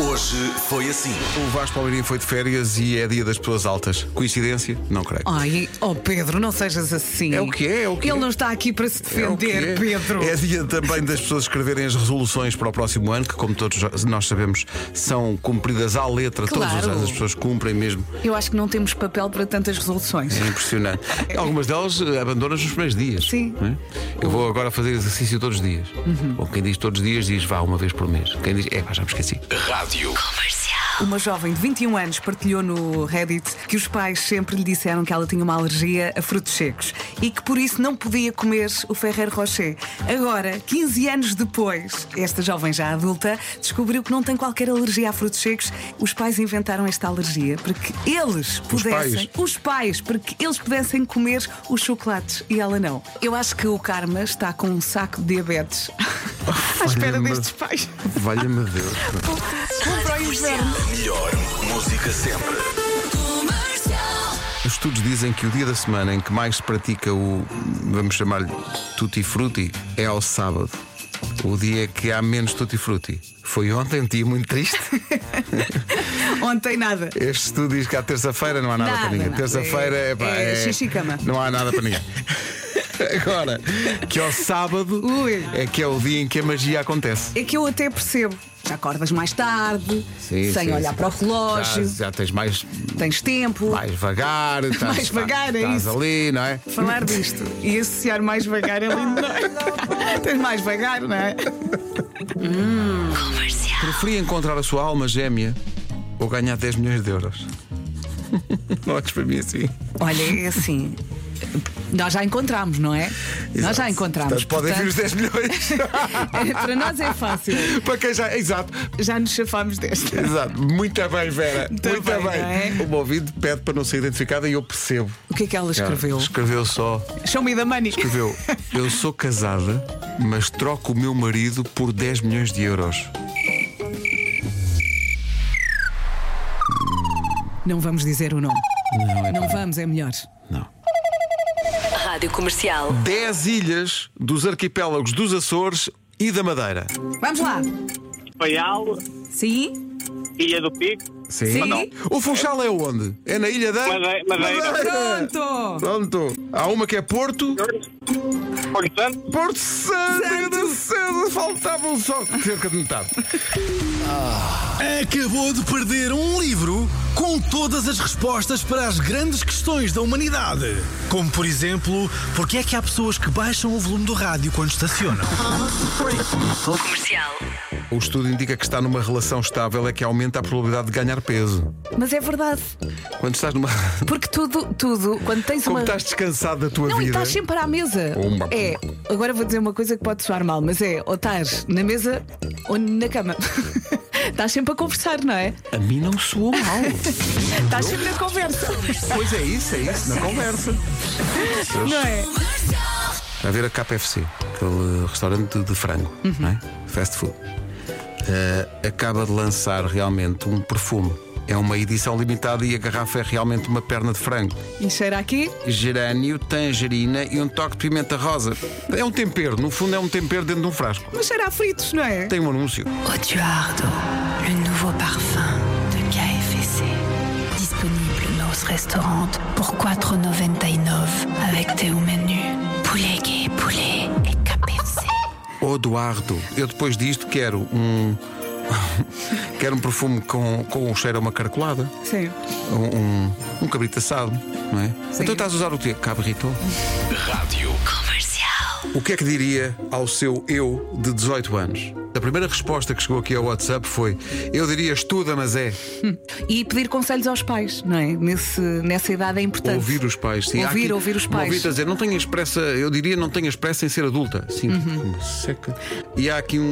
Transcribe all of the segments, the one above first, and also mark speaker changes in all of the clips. Speaker 1: Hoje foi assim.
Speaker 2: O Vasco Palmeirinho foi de férias e é dia das pessoas altas. Coincidência? Não creio.
Speaker 3: Ai, oh Pedro, não sejas assim.
Speaker 2: É o que é, é o que
Speaker 3: Ele
Speaker 2: é.
Speaker 3: não está aqui para se
Speaker 2: É o que
Speaker 3: defender,
Speaker 2: é.
Speaker 3: Pedro.
Speaker 2: É dia também das pessoas escreverem as resoluções para o próximo ano, que, como todos nós sabemos, são cumpridas à letra todos os
Speaker 3: Claro.
Speaker 2: anos. As pessoas cumprem mesmo.
Speaker 3: Eu acho que não temos papel para tantas resoluções.
Speaker 2: É impressionante. Algumas delas eh, abandonas nos primeiros dias.
Speaker 3: Sim. Uhum.
Speaker 2: não é? Eu vou agora fazer exercício todos os dias. Ou quem diz todos os dias, diz vá uma vez por mês. Quem diz, é, pá, já me esqueci.
Speaker 1: Rádio.
Speaker 3: Uma jovem de 21 anos partilhou no Reddit que os pais sempre lhe disseram que ela tinha uma alergia a frutos secos e que por isso não podia comer o Ferreiro Rocher. Agora, 15 anos depois, esta jovem já adulta descobriu que não tem qualquer alergia a frutos secos. Os pais inventaram esta alergia para que eles pudessem, os pais, para que eles pudessem comer os chocolates e ela não. Eu acho que o karma está com um saco de diabetes à espera
Speaker 2: Olha-me.
Speaker 3: destes pais.
Speaker 2: Valha-me Deus.
Speaker 3: Vão para o inferno.
Speaker 1: Melhor música sempre.
Speaker 2: Estudos dizem que o dia da semana em que mais se pratica o, vamos chamar-lhe tutti frutti, é ao sábado. O dia que há menos tutti frutti. Foi ontem, um dia muito triste.
Speaker 3: Ontem nada.
Speaker 2: Este estudo diz que à terça-feira não há nada,
Speaker 3: Nada,
Speaker 2: para ninguém.
Speaker 3: nada.
Speaker 2: Terça-feira
Speaker 3: É-
Speaker 2: é, pá,
Speaker 3: é xixi e cama.
Speaker 2: Não há nada para ninguém. Agora, que ao sábado
Speaker 3: Ui.
Speaker 2: é que é o dia em que a magia acontece.
Speaker 3: É que eu até percebo. Acordas mais tarde,
Speaker 2: Sim,
Speaker 3: sem
Speaker 2: sim,
Speaker 3: olhar
Speaker 2: sim.
Speaker 3: para o relógio,
Speaker 2: Já, já tens mais,
Speaker 3: tens tempo.
Speaker 2: mais vagar, estás,
Speaker 3: Mais vagar, é
Speaker 2: estás
Speaker 3: isso.
Speaker 2: ali, não é?
Speaker 3: Falar disto e associar mais vagar é lindo, não é? Tens mais vagar, não é?
Speaker 2: Preferia encontrar a sua alma gêmea ou ganhar 10 milhões de euros. Não olhes para mim assim.
Speaker 3: Olha, é assim. Nós já encontramos, não é? Nós já encontramos.
Speaker 2: Portanto, podem vir os 10 milhões.
Speaker 3: para nós é fácil.
Speaker 2: para quem já. Exato.
Speaker 3: Já nos chafámos desta.
Speaker 2: Exato. Muito bem, Vera.
Speaker 3: Muito
Speaker 2: Muito
Speaker 3: bem,
Speaker 2: bem.
Speaker 3: não é?
Speaker 2: O meu ouvido pede para não ser identificada e eu percebo.
Speaker 3: O que é que ela escreveu?
Speaker 2: Escreveu só.
Speaker 3: Show me the money.
Speaker 2: Escreveu. Eu sou casada, mas troco o meu marido por 10 milhões de euros.
Speaker 3: Não vamos dizer o nome.
Speaker 2: Não é
Speaker 3: Não vamos, é melhor.
Speaker 2: Não.
Speaker 4: Rádio Comercial.
Speaker 2: 10 ilhas dos arquipélagos dos Açores e da Madeira.
Speaker 3: Vamos lá.
Speaker 5: Paial,
Speaker 3: Sim?
Speaker 5: Ilha do Pico,
Speaker 3: Sim?
Speaker 2: O Funchal é onde? É na ilha da.
Speaker 5: Madeira, Madeira
Speaker 3: Pronto!
Speaker 2: Pronto. Há uma que é Porto.
Speaker 5: Porto Santo,
Speaker 2: Porto Santo, Santo. faltavam só cerca de metade.
Speaker 6: Acabou de perder um livro com todas as respostas para as grandes questões da humanidade. Como, por exemplo, porque é que há pessoas que baixam o volume do rádio quando estacionam?
Speaker 4: Comercial.
Speaker 2: O estudo indica que estar numa relação estável é que aumenta a probabilidade de ganhar peso.
Speaker 3: Mas é verdade.
Speaker 2: Quando estás numa.
Speaker 3: Porque tudo, tudo, quando tens
Speaker 2: Como
Speaker 3: uma.
Speaker 2: estás descansado da tua
Speaker 3: Não, e
Speaker 2: vida.
Speaker 3: estás sempre à mesa.
Speaker 2: Pumba, pumba.
Speaker 3: É, agora vou dizer uma coisa que pode soar mal, mas é ou estás na mesa ou na cama. Estás sempre a conversar, não é?
Speaker 2: A mim não soou mal.
Speaker 3: Estás sempre na conversa,
Speaker 2: pois é isso, é isso, na conversa.
Speaker 3: não é?
Speaker 2: A ver a KFC, aquele restaurante de frango, não é? Fast food. Eh, acaba de lançar realmente um perfume. É uma edição limitada e a garrafa é realmente uma perna de frango.
Speaker 3: E cheira aqui,
Speaker 2: gerânio, tangerina e um toque de pimenta rosa. É um tempero, no fundo é um tempero dentro de um frasco.
Speaker 3: mas cheira a fritos, não é?
Speaker 2: Tem um anúncio.
Speaker 7: Otuardo, le nouveau parfum de KFC. Disponible nos restaurants pour 4,99 avec tes au menu. Poulet gay, poulet et KFC.
Speaker 2: Odoardo. Eu depois disto quero um. quero um perfume com, com um cheiro a uma carcolada,
Speaker 3: Sim.
Speaker 2: um, um, um cabrito assado, não é? Então estás a usar o quê? Cabrito.
Speaker 1: Rádio.
Speaker 2: O que é que diria ao seu eu de 18 anos? A primeira resposta que chegou aqui ao WhatsApp foi: Eu diria estuda, mas é.
Speaker 3: E pedir conselhos aos pais, não é? Nesse, nessa idade é importante.
Speaker 2: Ouvir os pais, sim. Há
Speaker 3: Ouvir, ouvir os
Speaker 2: me
Speaker 3: pais.
Speaker 2: Ouvir a dizer, não tenhas pressa, eu diria, não tenhas pressa em ser adulta. Sim,
Speaker 3: Uhum.
Speaker 2: uma seca. E há aqui um,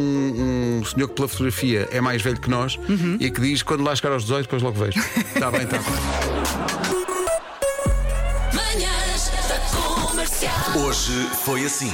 Speaker 2: um senhor que, pela fotografia, é mais velho que nós
Speaker 3: Uhum.
Speaker 2: e que diz: quando lá chegar aos 18, depois logo vejo. Está bem, está bem.
Speaker 1: Hoje foi assim.